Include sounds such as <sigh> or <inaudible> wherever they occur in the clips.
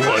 我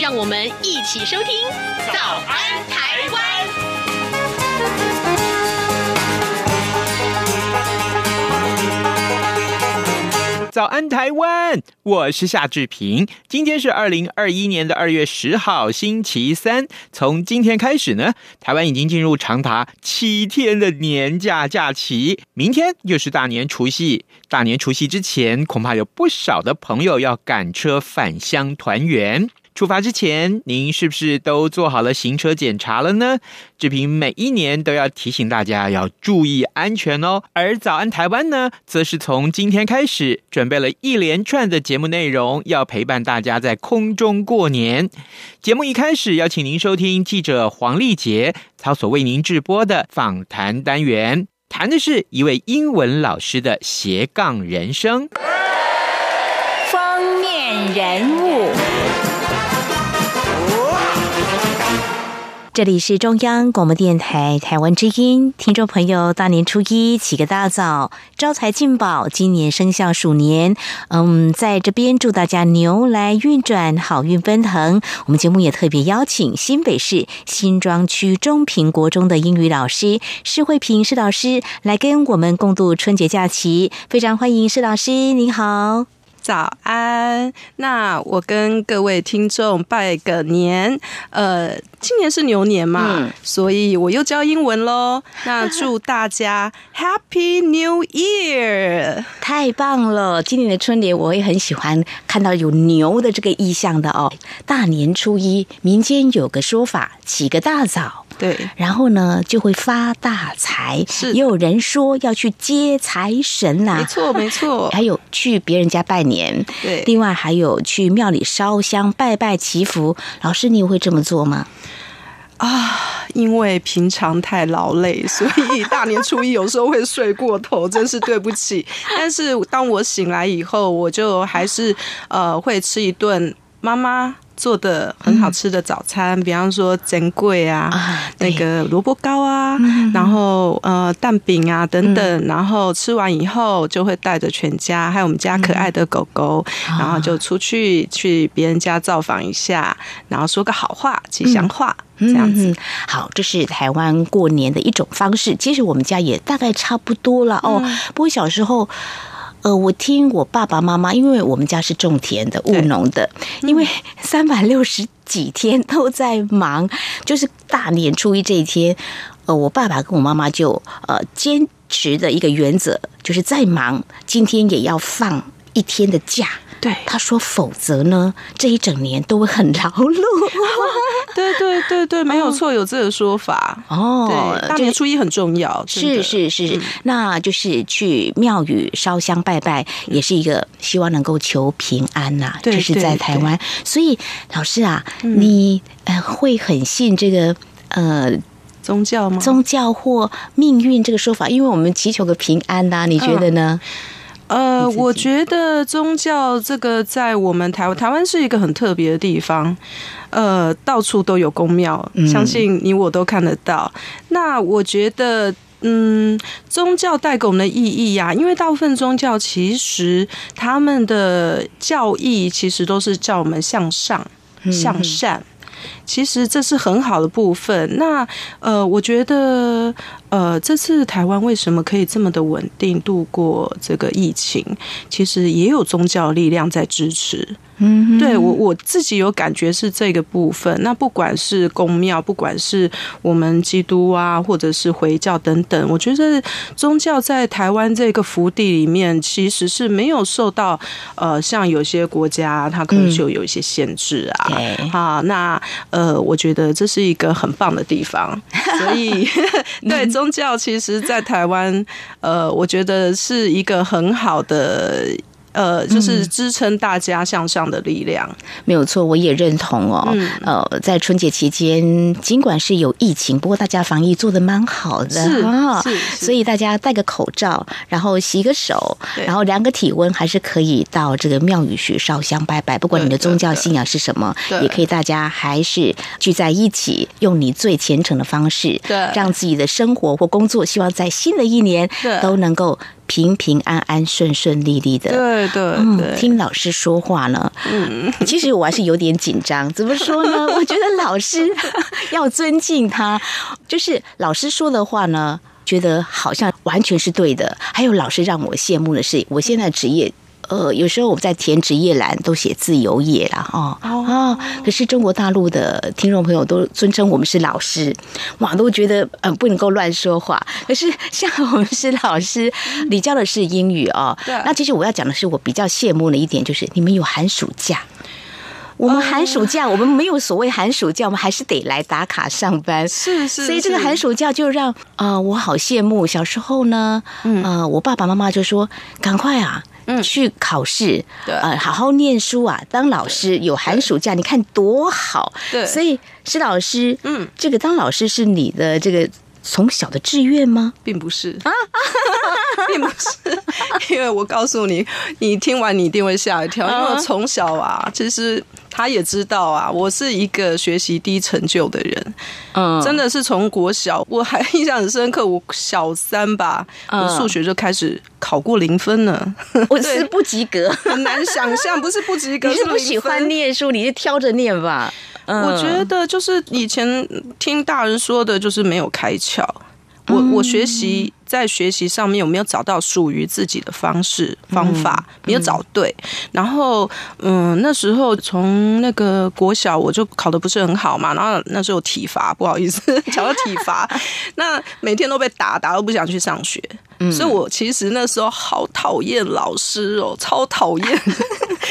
让我们一起收听《早安台湾》。早安，台湾！我是夏志平。今天是二零二一年的二月十号，星期三。从今天开始呢，台湾已经进入长达七天的年假假期。明天又是大年除夕，大年除夕之前，恐怕有不少的朋友要赶车返乡团圆。出发之前，您是不是都做好了行车检查了呢？志平每一年都要提醒大家要注意安全哦。而早安台湾呢，则是从今天开始准备了一连串的节目内容，要陪伴大家在空中过年。节目一开始要请您收听记者黄丽杰他所为您直播的访谈单元，谈的是一位英文老师的斜杠人生。封面人物。这里是中央广播电台台湾之音，听众朋友，大年初一起个大早，招财进宝，今年生肖鼠年，嗯，在这边祝大家牛来运转，好运奔腾。我们节目也特别邀请新北市新庄区中平国中的英语老师施慧平施老师来跟我们共度春节假期，非常欢迎施老师，您好。早安，那我跟各位听众拜个年。呃，今年是牛年嘛，所以我又教英文喽。那祝大家 Happy New Year！太棒了！今年的春联我也很喜欢看到有牛的这个意象的哦。大年初一，民间有个说法，起个大早。对，然后呢，就会发大财。是也有人说要去接财神啦、没错，<laughs> 没错，还有去别人家拜年，对。另外还有去庙里烧香拜拜祈福。老师，你也会这么做吗？啊，因为平常太劳累，所以大年初一有时候会睡过头，真是对不起。 <laughs> 但是当我醒来以后，我就还是呃会吃一顿妈妈做的很好吃的早餐，比方说珍贵啊。啊，那对嗯个萝卜糕啊，然后呃蛋饼啊等等，然后吃完以后就会带着全家，还有我们家可爱的狗狗，嗯啊然后就出去去别人家造访一下，然后说个好话、吉祥话、这样子。嗯好，这是台湾过年的一种方式。其实我们家也大概差不多了哦。嗯不过小时候。呃，我听我爸爸妈妈，因为我们家是种田的、务对农的，嗯因为三百六十几天都在忙，就是大年初一这一天，呃，我爸爸跟我妈妈就呃坚持的一个原则，就是再忙，今天也要放一天的假。对他说，否则呢，这一整年都会很劳 <laughs> 碌。对对对对，没有错，有这个说法。嗯哦，对，大就年初一很重要，真是的嗯是是，那就是去庙宇烧香拜拜，也是一个希望能够求平安呐、对这是在对嗯台湾，所以老师啊，你呃会很信这个呃嗯宗教吗？宗教或命运这个说法，因为我们祈求个平安嗯呐、你觉得呢？呃，你自己我觉得宗教这个在我们台湾，台湾是一个很特别的地方，呃，到处都有宫庙，相信你我都看得到。那我觉得。嗯，宗教带给我们的意义呀、因为大部分宗教其实他们的教义其实都是叫我们向上、向善，其实这是很好的部分。那呃，我觉得呃，这次台湾为什么可以这么的稳定度过这个疫情，其实也有宗教力量在支持。嗯，对我我自己有感觉是这个部分。那不管是公庙，不管是我们基督啊，或者是回教等等，我觉得宗教在台湾这个福地里面，其实是没有受到呃，像有些国家它可能就有一些限制啊。对啊，那呃，我觉得这是一个很棒的地方，所以对宗教，其实在台湾，呃，我觉得是一个很好的呃，嗯就是支撑大家向上的力量。没有错，我也认同哦。嗯呃，在春节期间，尽管是有疫情，不过大家防疫做的蛮好的是哈、是是啊所以大家戴个口罩，然后洗个手，对然后量个体温，还是可以到这个庙宇去烧香拜拜。不管你的对对宗教信仰是什么，对也可以大家还是聚在一起，用你最虔诚的方式，对让自己的生活或工作，希望在新的一年对都能够平平安安、顺顺利利的。对对嗯，对，听老师说话呢， <laughs> 其实我还是有点紧张。怎么说呢？我觉得老师 <laughs> 要尊敬他，就是老师说的话呢，觉得好像完全是对的。还有老师让我羡慕的是，我现在职业。呃，有时候我们在填职业栏都写自由业啦，哦哦，可是中国大陆的听众朋友都尊称我们是老师，哇，都觉得呃不能够乱说话。可是像我们是老师，你教的是英语哦，对那其实我要讲的是，我比较羡慕的一点就是你们有寒暑假。我们寒暑假，我们没有所谓寒暑假，我们还是得来打卡上班。 <laughs> 是是，所以这个是寒暑假就让呃我好羡慕。小时候呢，嗯呃，我爸爸妈妈就说：“赶快啊，去考试，对呃，好好念书啊，当老师有寒暑假，你看多好。”对所以施老师，嗯，这个当老师是你的这个从小的志愿吗？并不是啊，并不是，因为我告诉你，你听完你一定会吓一跳，因为我从小啊，其实他也知道啊，我是一个学习低成就的人，嗯真的是从国小，我还印象很深刻，我小三吧，嗯我数学就开始考过零分了，我是不及 <laughs> 格。很难 <laughs> 想象，不是不及格，你是不零喜欢分念书，你是挑着念吧？嗯我觉得就是以前听大人说的，就是没有开窍。我嗯我学习在学习上面有没有找到属于自己的方式嗯方法，没有找对。然后嗯，那时候从那个国小我就考的不是很好嘛，然后那时候体罚，不好意思 <laughs> 讲到体 <laughs> 罚，那每天都被打，打到不想去上学。嗯所以我其实那时候好讨厌老师哦，超讨 <laughs> 厌，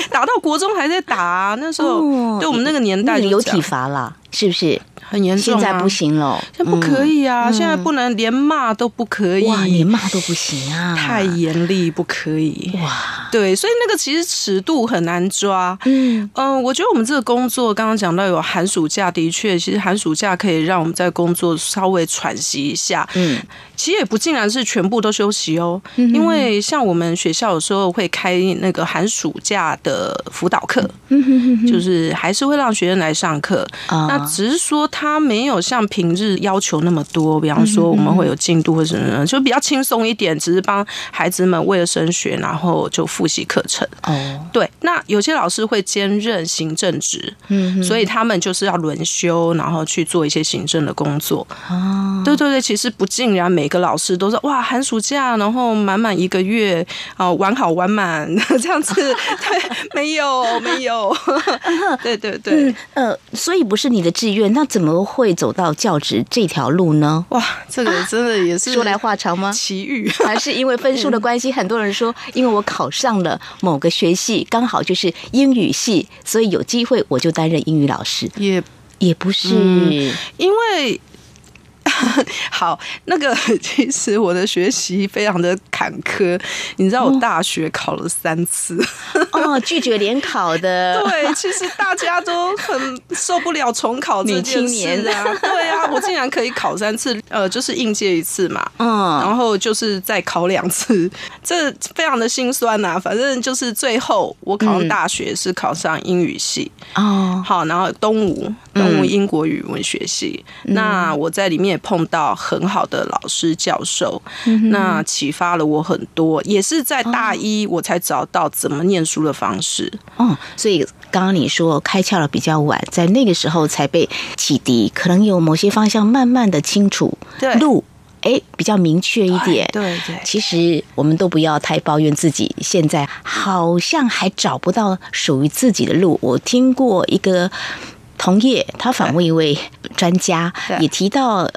打到国中还在打、啊那时候、哦对我们那个年那代就你有这样体罚啦，是不是？很严重、现啊，在不，行了，嗯现在不可以啊，现在不能连骂都不可以，哇，连骂都不行啊！太严厉不可以。哇，对，所以那个其实尺度很难抓。嗯嗯、我觉得我们这个工作刚刚讲到有寒暑假，的确，其实寒暑假可以让我们在工作稍微喘息一下。嗯，其实也不尽然是全部都休息哦，因为像我们学校有时候会开那个寒暑假的辅导课，嗯就是还是会让学生来上课。啊那只是说他没有像平日要求那么多，比方说我们会有进度或什么的，就比较轻松一点，只是帮孩子们为了升学，然后就复习课程。哦，对，那有些老师会兼任行政职，嗯，所以他们就是要轮休，然后去做一些行政的工作。哦，对对对，其实不尽然每个老师都是哇，寒暑假，然后满满一个月啊、玩好玩满 <laughs> 这样子，对，没有没 <laughs> 有，对对对。嗯呃，所以不是你的志愿，那怎么会走到教职这条路呢？哇，这个真的也是、啊说来话长吗？奇遇。 <laughs> <laughs> 还是因为分数的关系，很多人说，因为我考上了某个学系，刚好就是英语系，所以有机会我就担任英语老师，也也不是，嗯因为 <laughs> 好，那个 <laughs> 其实我的学习非常的坎坷，你知道我大学考了三次，哦，拒绝联考的， <laughs> 对，其实大家都 <laughs> 很受不了重考这件女青 <laughs> 事啊，对啊，我竟然可以考三次，呃，就是应届一次嘛，嗯，然后就是再考两次，这非常的心酸呐、反正就是最后我考嗯上大学是考上英语系，哦，好，然后东吴，东吴英国语文学系，那我在里面也碰到很好的老师教授，那启发了我很多，也是在大一我才找到怎么念书的方式。哦，所以刚刚你说开窍了比较晚，在那个时候才被启迪，可能有某些方向慢慢的清楚对路，哎，比较明确一点。对对其实我们都不要太抱怨自己，现在好像还找不到属于自己的路。我听过一个同业，他访问一位专家对，也提到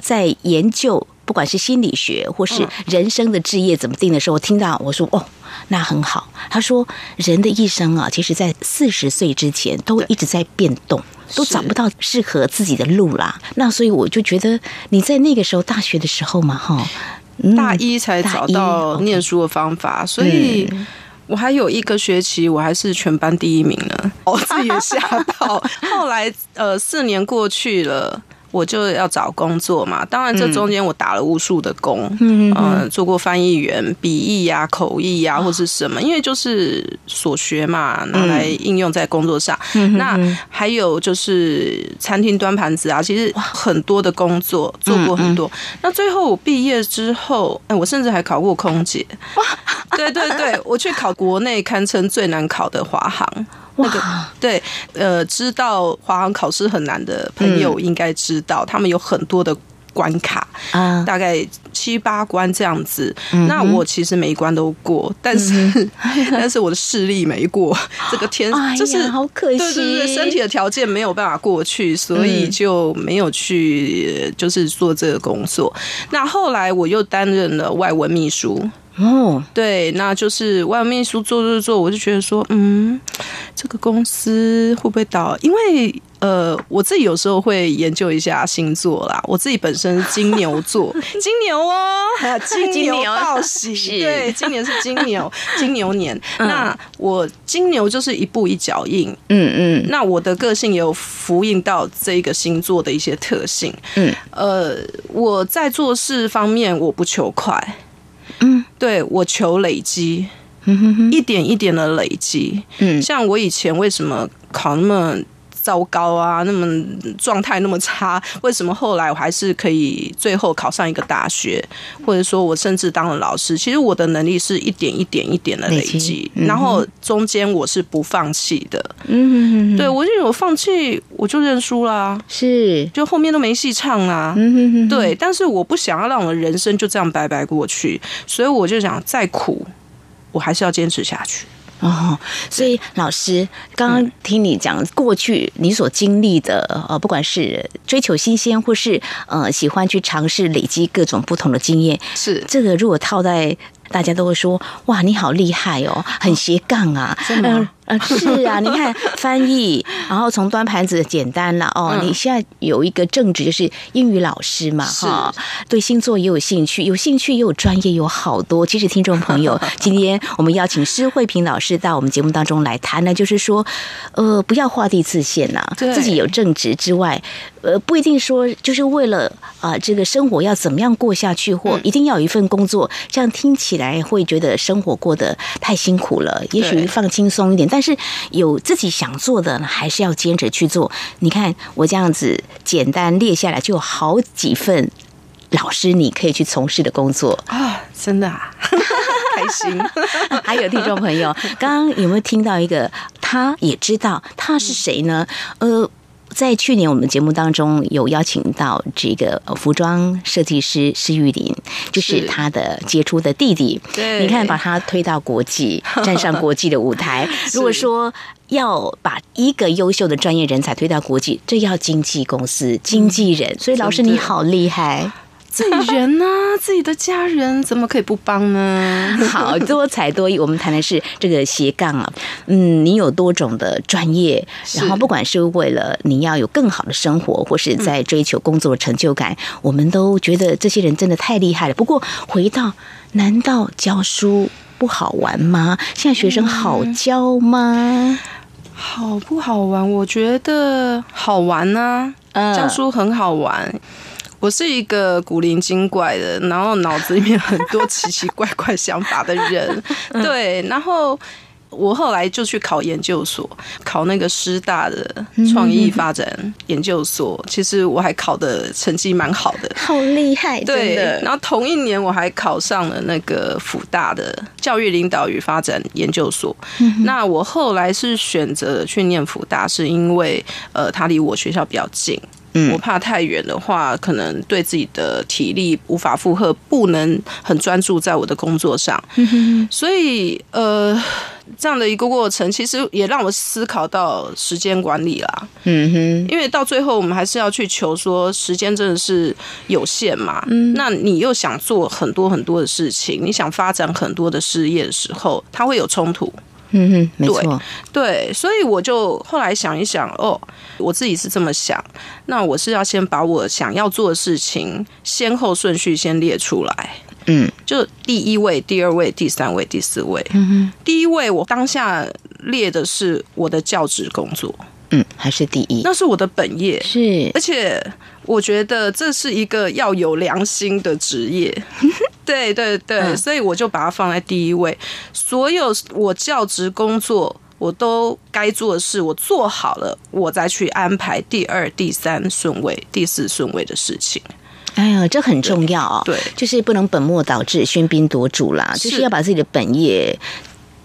在研究。不管是心理学或是人生的置业怎么定的时候，我听到我说哦，那很好。他说人的一生啊，其实在四十岁之前都一直在变动，都找不到适合自己的路啦。那所以我就觉得你在那个时候大学的时候嘛，哈，嗯大一才找到念书的方法，所以。我还有一个学期，我还是全班第一名呢，我自己也吓到。后来呃，四年过去了。我就要找工作嘛，当然这中间我打了无数的工，嗯、呃，做过翻译员、笔译呀、口译啊呀、或是什么，因为就是所学嘛，拿来应用在工作上。那还有就是餐厅端盘子啊，其实很多的工作做过很多。那最后我毕业之后，哎，我甚至还考过空姐。对对对，我去考国内堪称最难考的华航。那个对，呃，知道华航考试很难的朋友嗯应该知道，他们有很多的关卡，啊，嗯大概七八关这样子。那我其实每一关都过，但 <laughs> 是 <laughs> 但是我的视力没过，这个天哎呀就是好可惜对对对，身体的条件没有办法过去，所嗯以就没有去呃就是做这个工作。那后来我又担任了外文秘书，哦，对，那就是外面书做做做，我就觉得说，嗯，这个公司会不会倒？因为呃，我自己有时候会研究一下星座啦。我自己本身是金牛 <laughs> 座，金牛哦，啊金金牛牛 <laughs> 报喜，是对，今年是嗯金牛， <laughs> 金牛年。那我金牛就是一步一脚印，嗯嗯那我的个性也有呼应到这一个星座的一些特性。嗯，呃，我在做事方面我不求快，嗯，对我求累积，嗯哼哼，一点一点的累积。嗯像我以前为什么考那么糟糕啊，那么状态那么差，为什么后来我还是可以最后考上一个大学，或者说我甚至当了老师？其实我的能力是一点一点一点的累累积积，嗯哼然后中间我是不放弃的。嗯哼哼，对我就有放弃，我就认输啦，是，就后面都没戏唱啦。嗯哼哼，对，但是我不想要让我的人生就这样白白过去，所以我就想，再苦我还是要坚持下去。哦，所以老师刚刚听你讲过去你所经历的，呃，不管是追求新鲜，或是呃喜欢去尝试累积各种不同的经验，是，这个如果套在大家都会说，哇，你好厉害哦，很斜杠啊，真的吗 <laughs> 呃？呃，是啊，你 <laughs> 看翻译，然后从端盘子简单了哦。嗯你现在有一个正职就是英语老师嘛，是哈，对星座也有兴趣，有兴趣也有专业，有好多。其实听众朋 <laughs> 友，今天我们邀请施慧萍老师到我们节目当中来谈呢，就是说，呃，不要画地自限呐、对自己有正职之外，呃，不一定说就是为了啊、这个生活要怎么样过下去，或嗯一定要有一份工作，这样听起来会觉得生活过得太辛苦了。也许对放轻松一点，但是有自己想做的，还是要坚持去做。你看我这样子简单列下来，就有好几份。老师，你可以去从事的工作，啊，真的啊， <laughs> 开心。还有听众朋友，刚刚有没有听到一个？他也知道他嗯是谁呢？呃，在去年我们节目当中有邀请到这个呃服装设计师施玉林，就是是他的杰出的弟弟。 <laughs> 对你看把他推到国际，站上国际的舞 <laughs> 台。如果说要把一个优秀的专业人才推到国际，这要经纪公司、经纪人。所以老师嗯真的你好厉害。 <laughs> 自己人呢、自己的家人怎么可以不帮呢？ <laughs> 好多才多艺，我们谈的是这个斜杠啊，嗯，你有多种的专业，然后不管是为了你要有更好的生活，或是在追求工作的成就感，我们都觉得这些人真的太厉害了。不过回到，难道教书？不好玩吗？现在学生好教吗？好不好玩？我觉得好玩啊呢、嗯教书很好玩。我是一个古灵精怪的，然后脑子里面很多奇奇怪怪想法的人，对，然后。我后来就去考研究所，考那个师大的创意发展研究所。其实我还考的成绩蛮好的，好厉害，对真，的然后同一年我还考上了那个辅大的教育领导与发展研究所。嗯那我后来是选择去念辅大，是因为呃，它离我学校比较近。嗯我怕太远的话，可能对自己的体力无法负荷，不能很专注在我的工作上。嗯所以呃，这样的一个过程，其实也让我思考到时间管理啦。嗯因为到最后我们还是要去求说，时间真的是有限嘛。嗯，那你又想做很多很多的事情，你想发展很多的事业的时候，它会有冲突。哼，嗯哼，没对错，对，所以我就后来想一想，哦，我自己是这么想，那我是要先把我想要做的事情先后顺序先列出来。嗯就第一位、第二位、第三位、第四位。嗯第一位我当下列的是我的教职工作，嗯，还是第一，那是我的本业，是而且我觉得这是一个要有良心的职业。 <laughs> 对对对，嗯所以我就把它放在第一位。所有我教职工作。我都该做的事，我做好了，我再去安排第二、第三顺位、第四顺位的事情。哎呀，这很重要哦。对就是不能本末倒置、喧宾夺主啦，就是是要把自己的本业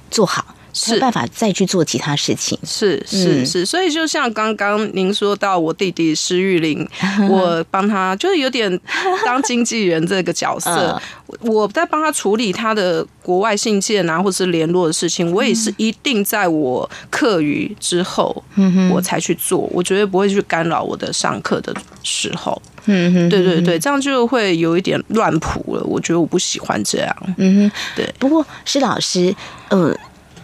做好，才有是办法再去做其他事情。是嗯是是，所以就像刚刚您说到我弟弟施玉 <laughs> 林，我帮他就是有点当经纪人这个角色嗯，我我在帮他处理他的国外信件啊，或是联络的事情，我也是一定在我课余之后，嗯我才去做，我绝对不会去干扰我的上课的时候。嗯哼，对对对，这样就会有一点乱谱了，我觉得我不喜欢这样。嗯哼，对。不过施老师，呃，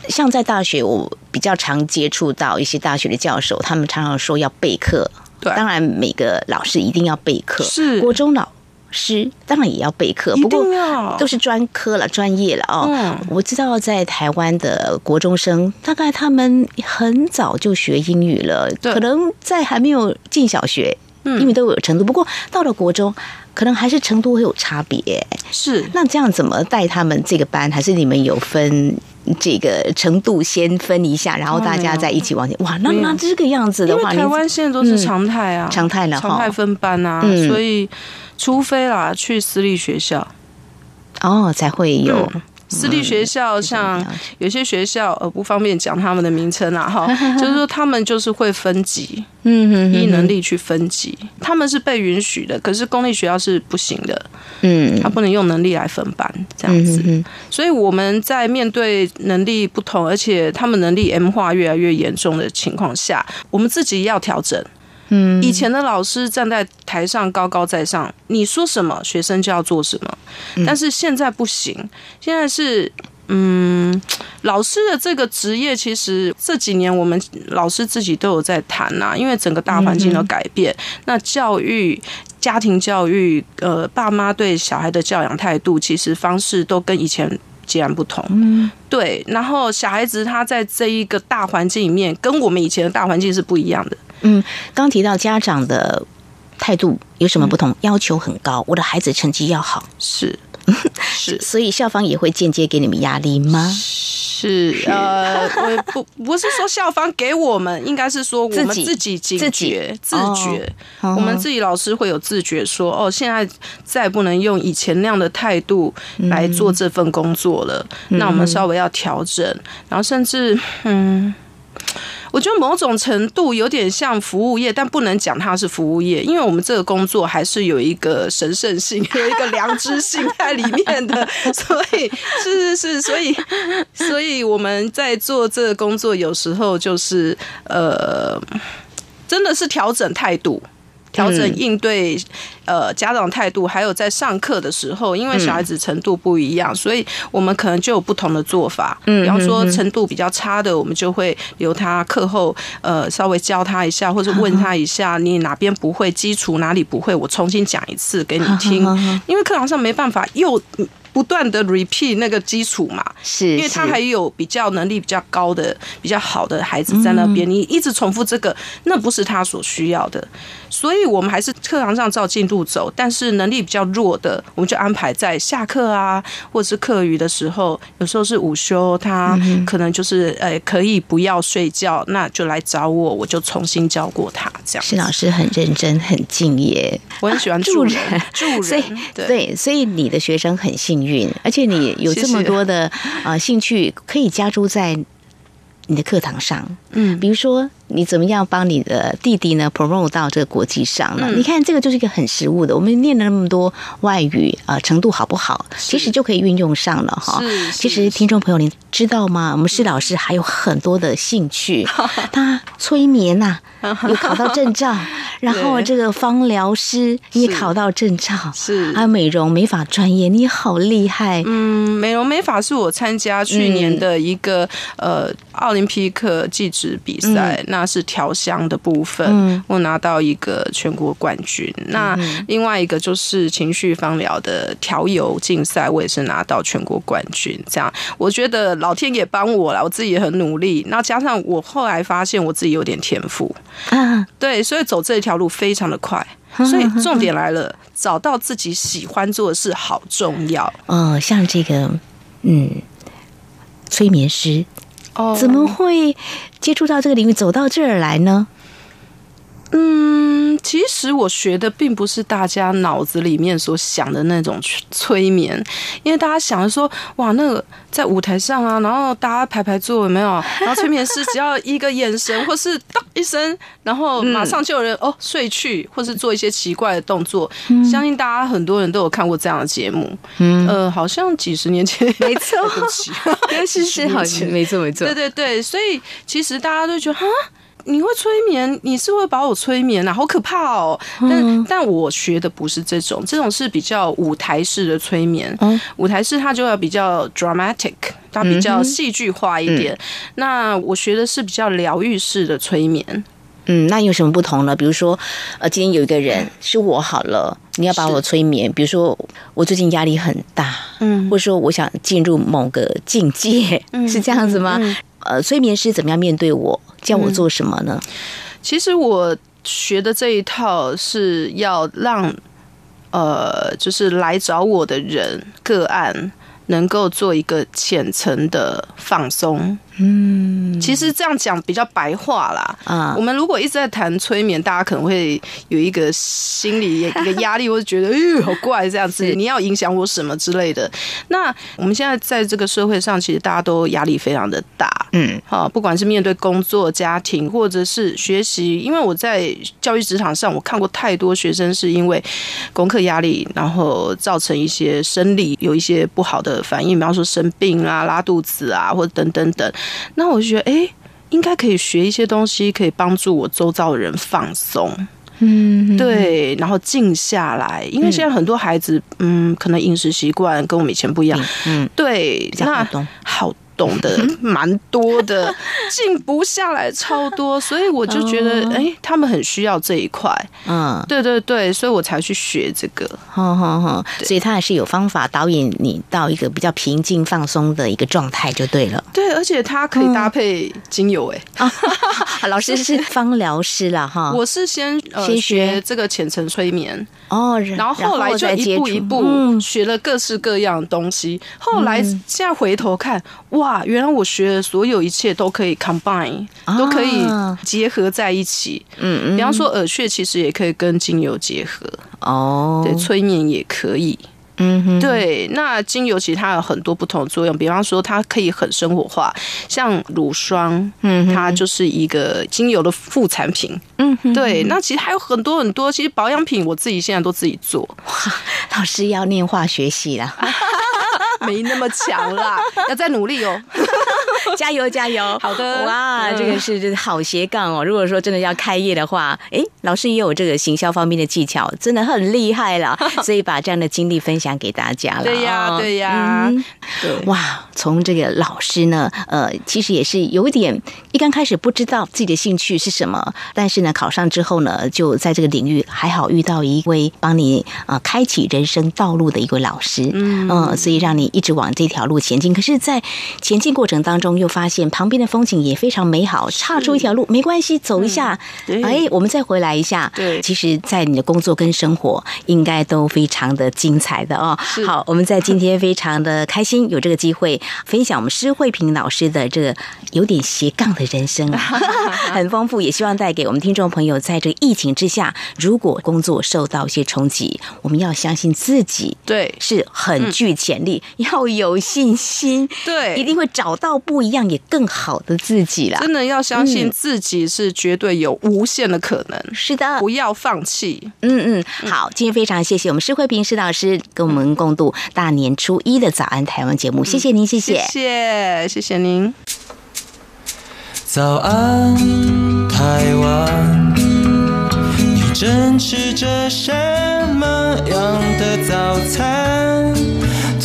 像在大学，我比较常接触到一些大学的教授，他们常常说要备课。对当然每个老师一定要备课，是国中老师当然也要备课，一不过定要都是专科了、专业了哦。啊嗯我知道在台湾的国中生，大概他们很早就学英语了，对可能在还没有进小学，嗯英语都有程度。不过到了国中，可能还是程度会有差别。是那这样怎么带他们这个班？还是你们有分这个程度先分一下，然后大家再一起往前？哇，那嗯没有那这个样子的因为话，台你湾现在都嗯是常态啊，常态了哈常态分班啊，嗯所以除非啦去私立学校，哦才会有嗯私立学校像有些学校呃不方便讲他们的名称 <laughs> 啊哈，就是说他们就是会分级，嗯哼依能力力去分级，他们是被允许的，可是公立学校是不行的，嗯他不能用能力来分班这样嗯子哼，哼所以我们在面对能力不同，而且他们能力 M 化越来越严重的情况下，我们自己要调整。嗯，以前的老师站在台上高高在上，你说什么，学生就要做什么。但是现在不行，现在是嗯，老师的这个职业，其实这几年我们老师自己都有在谈呐、因为整个大环境的改变，那教育。家庭教育，呃，爸妈对小孩的教养态度，其实方式都跟以前截然不同。嗯，对。然后小孩子他在这一个大环境里面，跟我们以前的大环境是不一样的。刚提到家长的态度有什么不同？要求很高，我的孩子成绩要好，是是所以校方也会间接给你们压力吗？是，呃，我不不是说校方给我们，应该是说我们自己自己警自己觉、自哦觉。我我们自己老师会有自觉说，哦，现在再不能用以前那样的态度来做这份工作了，那我们稍微要调整，然后甚至，嗯。我觉得某种程度有点像服务业，但不能讲它是服务业，因为我们这个工作还是有一个神圣性， <laughs> 有一个良知性在里面的， <laughs> 所以是是是，所以 <laughs> 所以我们在做这个工作，有时候就是呃，真的是调整态度。调整应对，呃，家长态度，还有在上课的时候，因为小孩子程度不一样，所以我们可能就有不同的做法。嗯嗯，比方说程度比较差的，我们就会留他课后，呃，稍微教他一下，或者问他一下，你哪边不会，基础哪里不会，我重新讲一次给你听好好好好。因为课堂上没办法又不断的 repeat 那个基础嘛，是，因为他是还有比较能力比较高的、比较好的孩子在那嗯边，你一直重复这个，那不是他所需要的。所以我们还是课堂上照进度走，但是能力比较弱的，我们就安排在下课啊，或者是课余的时候，有时候是午休，他嗯可能就是呃可以不要睡觉，那就来找我，我就重新教过他这样。施老，师很认真、很敬业，我很喜欢助助人人，助人，所以对啊所以你的学生很幸运，而且你有谢这谢么多的呃兴趣可以加注在你的课堂上，嗯比如说你怎么样帮你的弟弟呢 promote 到这个国际上呢？嗯你看这个就是一个很实务的，我们念了那么多外语啊、呃程度好不好，其实就可以运用上了哈。是其是实听众朋友，你知道吗？我们施老师还有很多的兴 <laughs> 趣，他催眠呐、有考到证 <laughs> 照，然后这个芳疗师你也是考到证照，是还有美容美发专业，你好厉害，嗯，美容美发是我参加去年的一个、呃奥林匹克技职比赛，那是调香的部分，我拿到一个全国冠军。那另外一个就是情绪方疗的调油竞赛，我也是拿到全国冠军。这样，我觉得老天也帮我了，我自己也很努力。那加上我后来发现我自己有点天赋，啊，对，所以走这条路非常的快。所以重点来了，找到自己喜欢做的事好重要。哦，像这个，嗯，催眠师哦怎么会接触到这个领域，走到这儿来呢？嗯，其实我学的并不是大家脑子里面所想的那种催催眠，因为大家想的说，哇，那个在舞台上啊，然后大家排排坐有没有？然后催眠师只要一个眼神，或是咚一声，然后嗯马上就有人、哦睡去，或是做一些奇怪的动作。嗯相信大家很多人都有看过这样的节目，嗯，呃，好像几十年前，没错， <laughs> 对 <laughs> 不起，是是好，没错没错对，对对，所以其实大家都觉得啊。你会催眠，你是会把我催眠啊，好可怕哦！但但我学的不是这种，这种是比较舞台式的催眠。舞台式它就要比较 dramatic，它比较戏剧化一点。那我学的是比较疗愈式的催眠。嗯，那有什么不同呢？比如说，呃，今天有一个人是我好了，你要把我催眠，比如说我最近压力很大，嗯或者说我想进入某个境界，嗯是这样子吗？呃，催眠师怎么样面对我，叫嗯我做什么呢？其实我学的这一套是要让呃，就是来找我的人个案能够做一个浅层的放松。嗯，其实这样讲比较白话啦。啊我们如果一直在谈催眠，大家可能会有一个心理一个压力，或者觉得哎、呦好怪这样子，你要影响我什么之类的。那我们现在在这个社会上，其实大家都压力非常的大。嗯，好，不管是面对工作、家庭，或者是学习，因为我在教育职场上，我看过太多学生是因为功课压力，然后造成一些生理有一些不好的反应，比方说生病啊、拉肚子啊，或者等等等。那我就觉得，哎、应该可以学一些东西，可以帮助我周遭的人放松。嗯，对，然后静下来，因为现在很多孩子，嗯，可能饮食习惯跟我们以前不一样，嗯，对，较好那懂好懂 <laughs> 的蛮多的，静不下来超多，所以我就 <laughs> 觉得，哦哎、他们很需要这一块，嗯，对对对，所以我才去学这个。好好好，所以他还是有方法导引你到一个比较平静放松的一个状态就对了。对，而且它可以搭配精油、诶哎、啊， <laughs> 老师是芳疗师了哈，我是先呃先学学这个浅层催眠，哦，然后后来就再一接步触一步嗯学了各式各样的东西。后来现在回头看，哇，原来我学的所有一切都可以 combine，、都可以啊结合在一起。嗯嗯，比方说耳穴其实也可以跟精油结合，哦，对，催眠也可以。嗯哼，对，那精油其实它有很多不同的作用，比方说它可以很生活化，像乳霜，嗯哼它就是一个精油的副产品。嗯哼，对，那其实还有很多很多，其实保养品我自己现在都自己 <laughs> 做，老师要念化学系 <laughs> 啦，没那么强 <laughs> 啦，要再努力哦。加油加油！好的哇，嗯这个是就是好斜杠哦。如果说真的要开业的话，诶，老师也有这个行销方面的技巧，真的很厉害 <laughs> 啦。所以把这样的经历分享给大家了。对呀，哦对呀，对哇，从这个老师呢，呃，其实也是有一点，一刚开始不知道自己的兴趣是什么，但是呢，考上之后呢，就在这个领域还好遇到一位帮你啊、呃开启人生道路的一位老师，嗯、所以让你一直往这条路前进。可是，在前进过程当中，又发现旁边的风景也非常美好，岔出一条路没关系，走一下，嗯对哎，我们再回来一下。对其实，在你的工作跟生活应该都非常的精彩的哦。是好，我们在今天非常的开心，有这个机会分享我们施慧萍老师的这个有点斜杠的人生 <laughs> 啊，很丰富，也希望带给我们听众朋友，在这个疫情之下，如果工作受到一些冲击，我们要相信自己。对是很具潜力，要有信心，嗯对，一定会找到不一样也更好的自己啦。真的要相嗯信自己是绝对有无限的可能，是的，不要放弃。嗯嗯，好，今天非常谢谢我们施慧平施老师跟我们共度大年初一的早安台湾节目，谢谢您，谢谢。谢谢，谢谢您。早安，台湾，你正吃着什么样的早餐？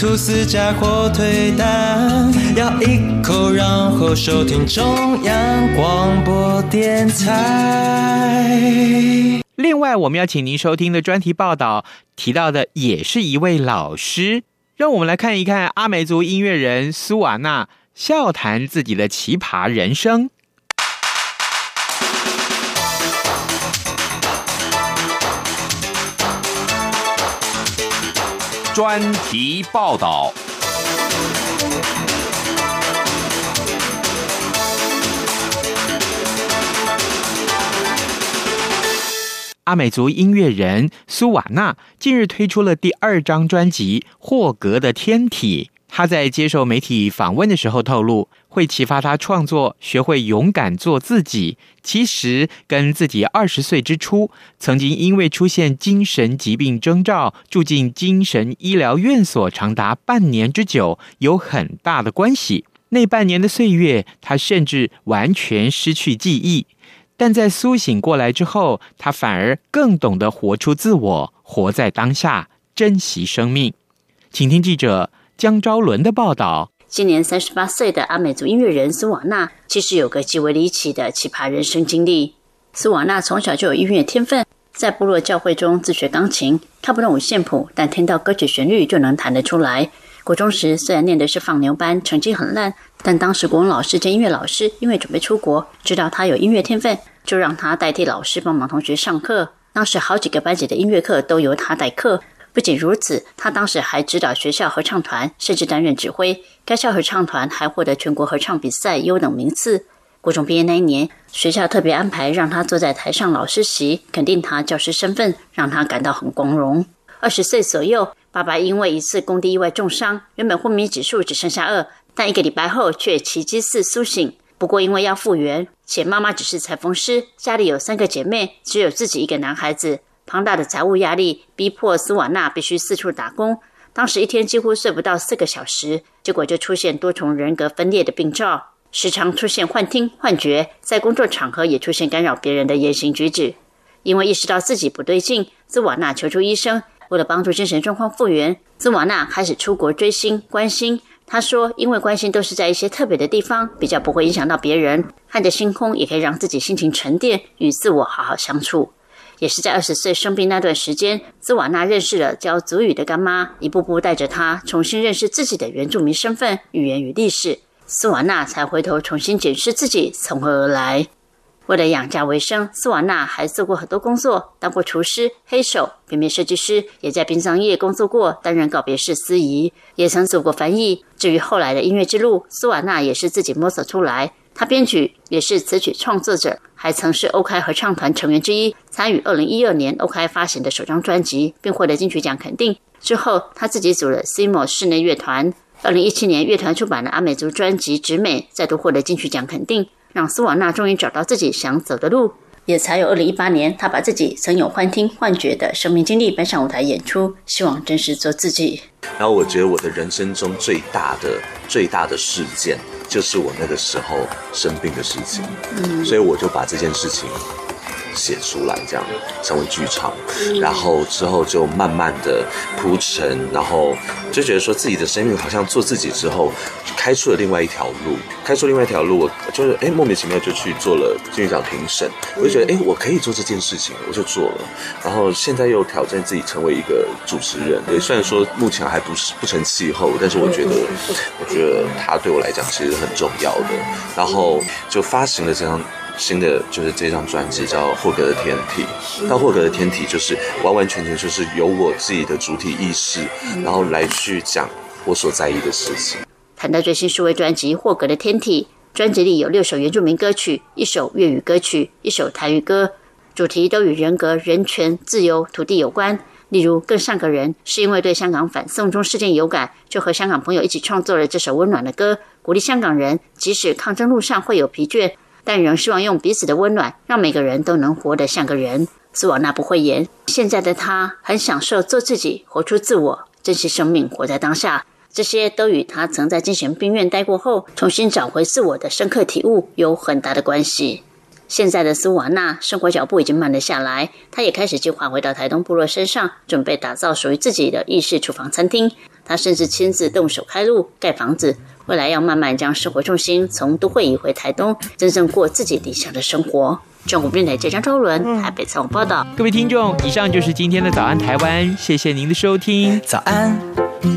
吐司加火腿蛋，咬一口，然后收听中央广播电台。另外，我们要请您收听的专题报道提到的也是一位老师，让我们来看一看阿美族音乐人苏瓦娜笑谈自己的奇葩人生。专题报道。阿美族音乐人苏瓦纳近日推出了第二张专辑《霍格的天体》。他在接受媒体访问的时候透露，会启发他创作，学会勇敢做自己。其实，跟自己二十岁之初，曾经因为出现精神疾病征兆，住进精神医疗院所长达半年之久，有很大的关系。那半年的岁月，他甚至完全失去记忆。但在苏醒过来之后，他反而更懂得活出自我，活在当下，珍惜生命。请听记者江昭伦的报道。今年三十八岁的阿美族音乐人苏瓦纳，其实有个极为离奇的奇葩人生经历。苏瓦纳从小就有音乐天分，在部落教会中自学钢琴，看不懂五线谱，但听到歌曲旋律就能弹得出来。国中时虽然念的是放牛班，成绩很烂，但当时国文老师兼音乐老师因为准备出国，知道他有音乐天分，就让他代替老师帮忙同学上课。当时好几个班级的音乐课都由他代课。不仅如此，他当时还指导学校合唱团，甚至担任指挥。该校合唱团还获得全国合唱比赛优等名次。国中毕业那一年，学校特别安排让他坐在台上老师席，肯定他教师身份，让他感到很光荣。二十岁左右，爸爸因为一次工地意外重伤，原本昏迷指数只剩下二，但一个礼拜后却奇迹似苏醒。不过因为要复原，且妈妈只是裁缝师，家里有三个姐妹，只有自己一个男孩子，庞大的财务压力逼迫斯瓦纳必须四处打工。当时一天几乎睡不到四个小时，结果就出现多重人格分裂的病兆，时常出现幻听、幻觉，在工作场合也出现干扰别人的言行举止。因为意识到自己不对劲，斯瓦纳求助医生。为了帮助精神状况复原，兹瓦纳开始出国追星、关心。他说：“因为关心都是在一些特别的地方，比较不会影响到别人。看着星空，也可以让自己心情沉淀，与自我好好相处。”也是在二十岁生病那段时间，兹瓦纳认识了教祖语的干妈，一步步带着他重新认识自己的原住民身份、语言与历史。斯瓦纳才回头重新检视自己从何而来。为了养家为生，斯瓦纳还做过很多工作，当过厨师、黑手、平面设计师，也在殡葬业工作过，担任告别式司仪，也曾做过翻译。至于后来的音乐之路，斯瓦纳也是自己摸索出来。他编曲，也是词曲创作者，还曾是欧开合唱团成员之一，参与2012年欧开发行的首张专辑，并获得金曲奖肯定。之后，他自己组了 Simo 室内乐团。2017年，乐团出版了阿美族专辑《直美》，再度获得金曲奖肯定。让斯瓦纳终于找到自己想走的路，也才有2018年，他把自己曾有幻听、幻觉的生命经历搬上舞台演出，希望真实做自己。然后我觉得我的人生中最大的、最大的事件，就是我那个时候生病的事情，嗯、所以我就把这件事情写出来，这样成为剧场，嗯、然后之后就慢慢的铺陈，然后就觉得说自己的生命好像做自己之后。开出了另外一条路，开出另外一条路，我就是哎、欸、莫名其妙就去做了金曲奖评审，我就觉得哎、欸、我可以做这件事情，我就做了。然后现在又挑战自己成为一个主持人，对，虽然说目前还不是不成气候，但是我觉得，我觉得它对我来讲其实很重要的。然后就发行了这张。新的就是这张专辑叫《霍格的天体》，那《霍格的天体》就是完完全全就是由我自己的主体意识，然后来去讲我所在意的事情。谈到最新数位专辑《霍格的天体》，专辑里有六首原住民歌曲，一首粤语歌曲，一首台语歌，主题都与人格、人权、自由、土地有关。例如，更上个人是因为对香港反送中事件有感，就和香港朋友一起创作了这首温暖的歌，鼓励香港人，即使抗争路上会有疲倦，但仍希望用彼此的温暖，让每个人都能活得像个人。斯瓦纳不会言，现在的他很享受做自己，活出自我，珍惜生命，活在当下。这些都与他曾在精神病院待过后，重新找回自我的深刻体悟有很大的关系。现在的斯瓦纳生活脚步已经慢了下来，他也开始计划回到台东部落身上，准备打造属于自己的意式厨房餐厅。他甚至亲自动手开路盖房子，未来要慢慢将生活重心从都会移回台东，真正过自己理想的生活。中国电台记者周伦台北采访报道。各位听众，以上就是今天的早安台湾，谢谢您的收听，早安。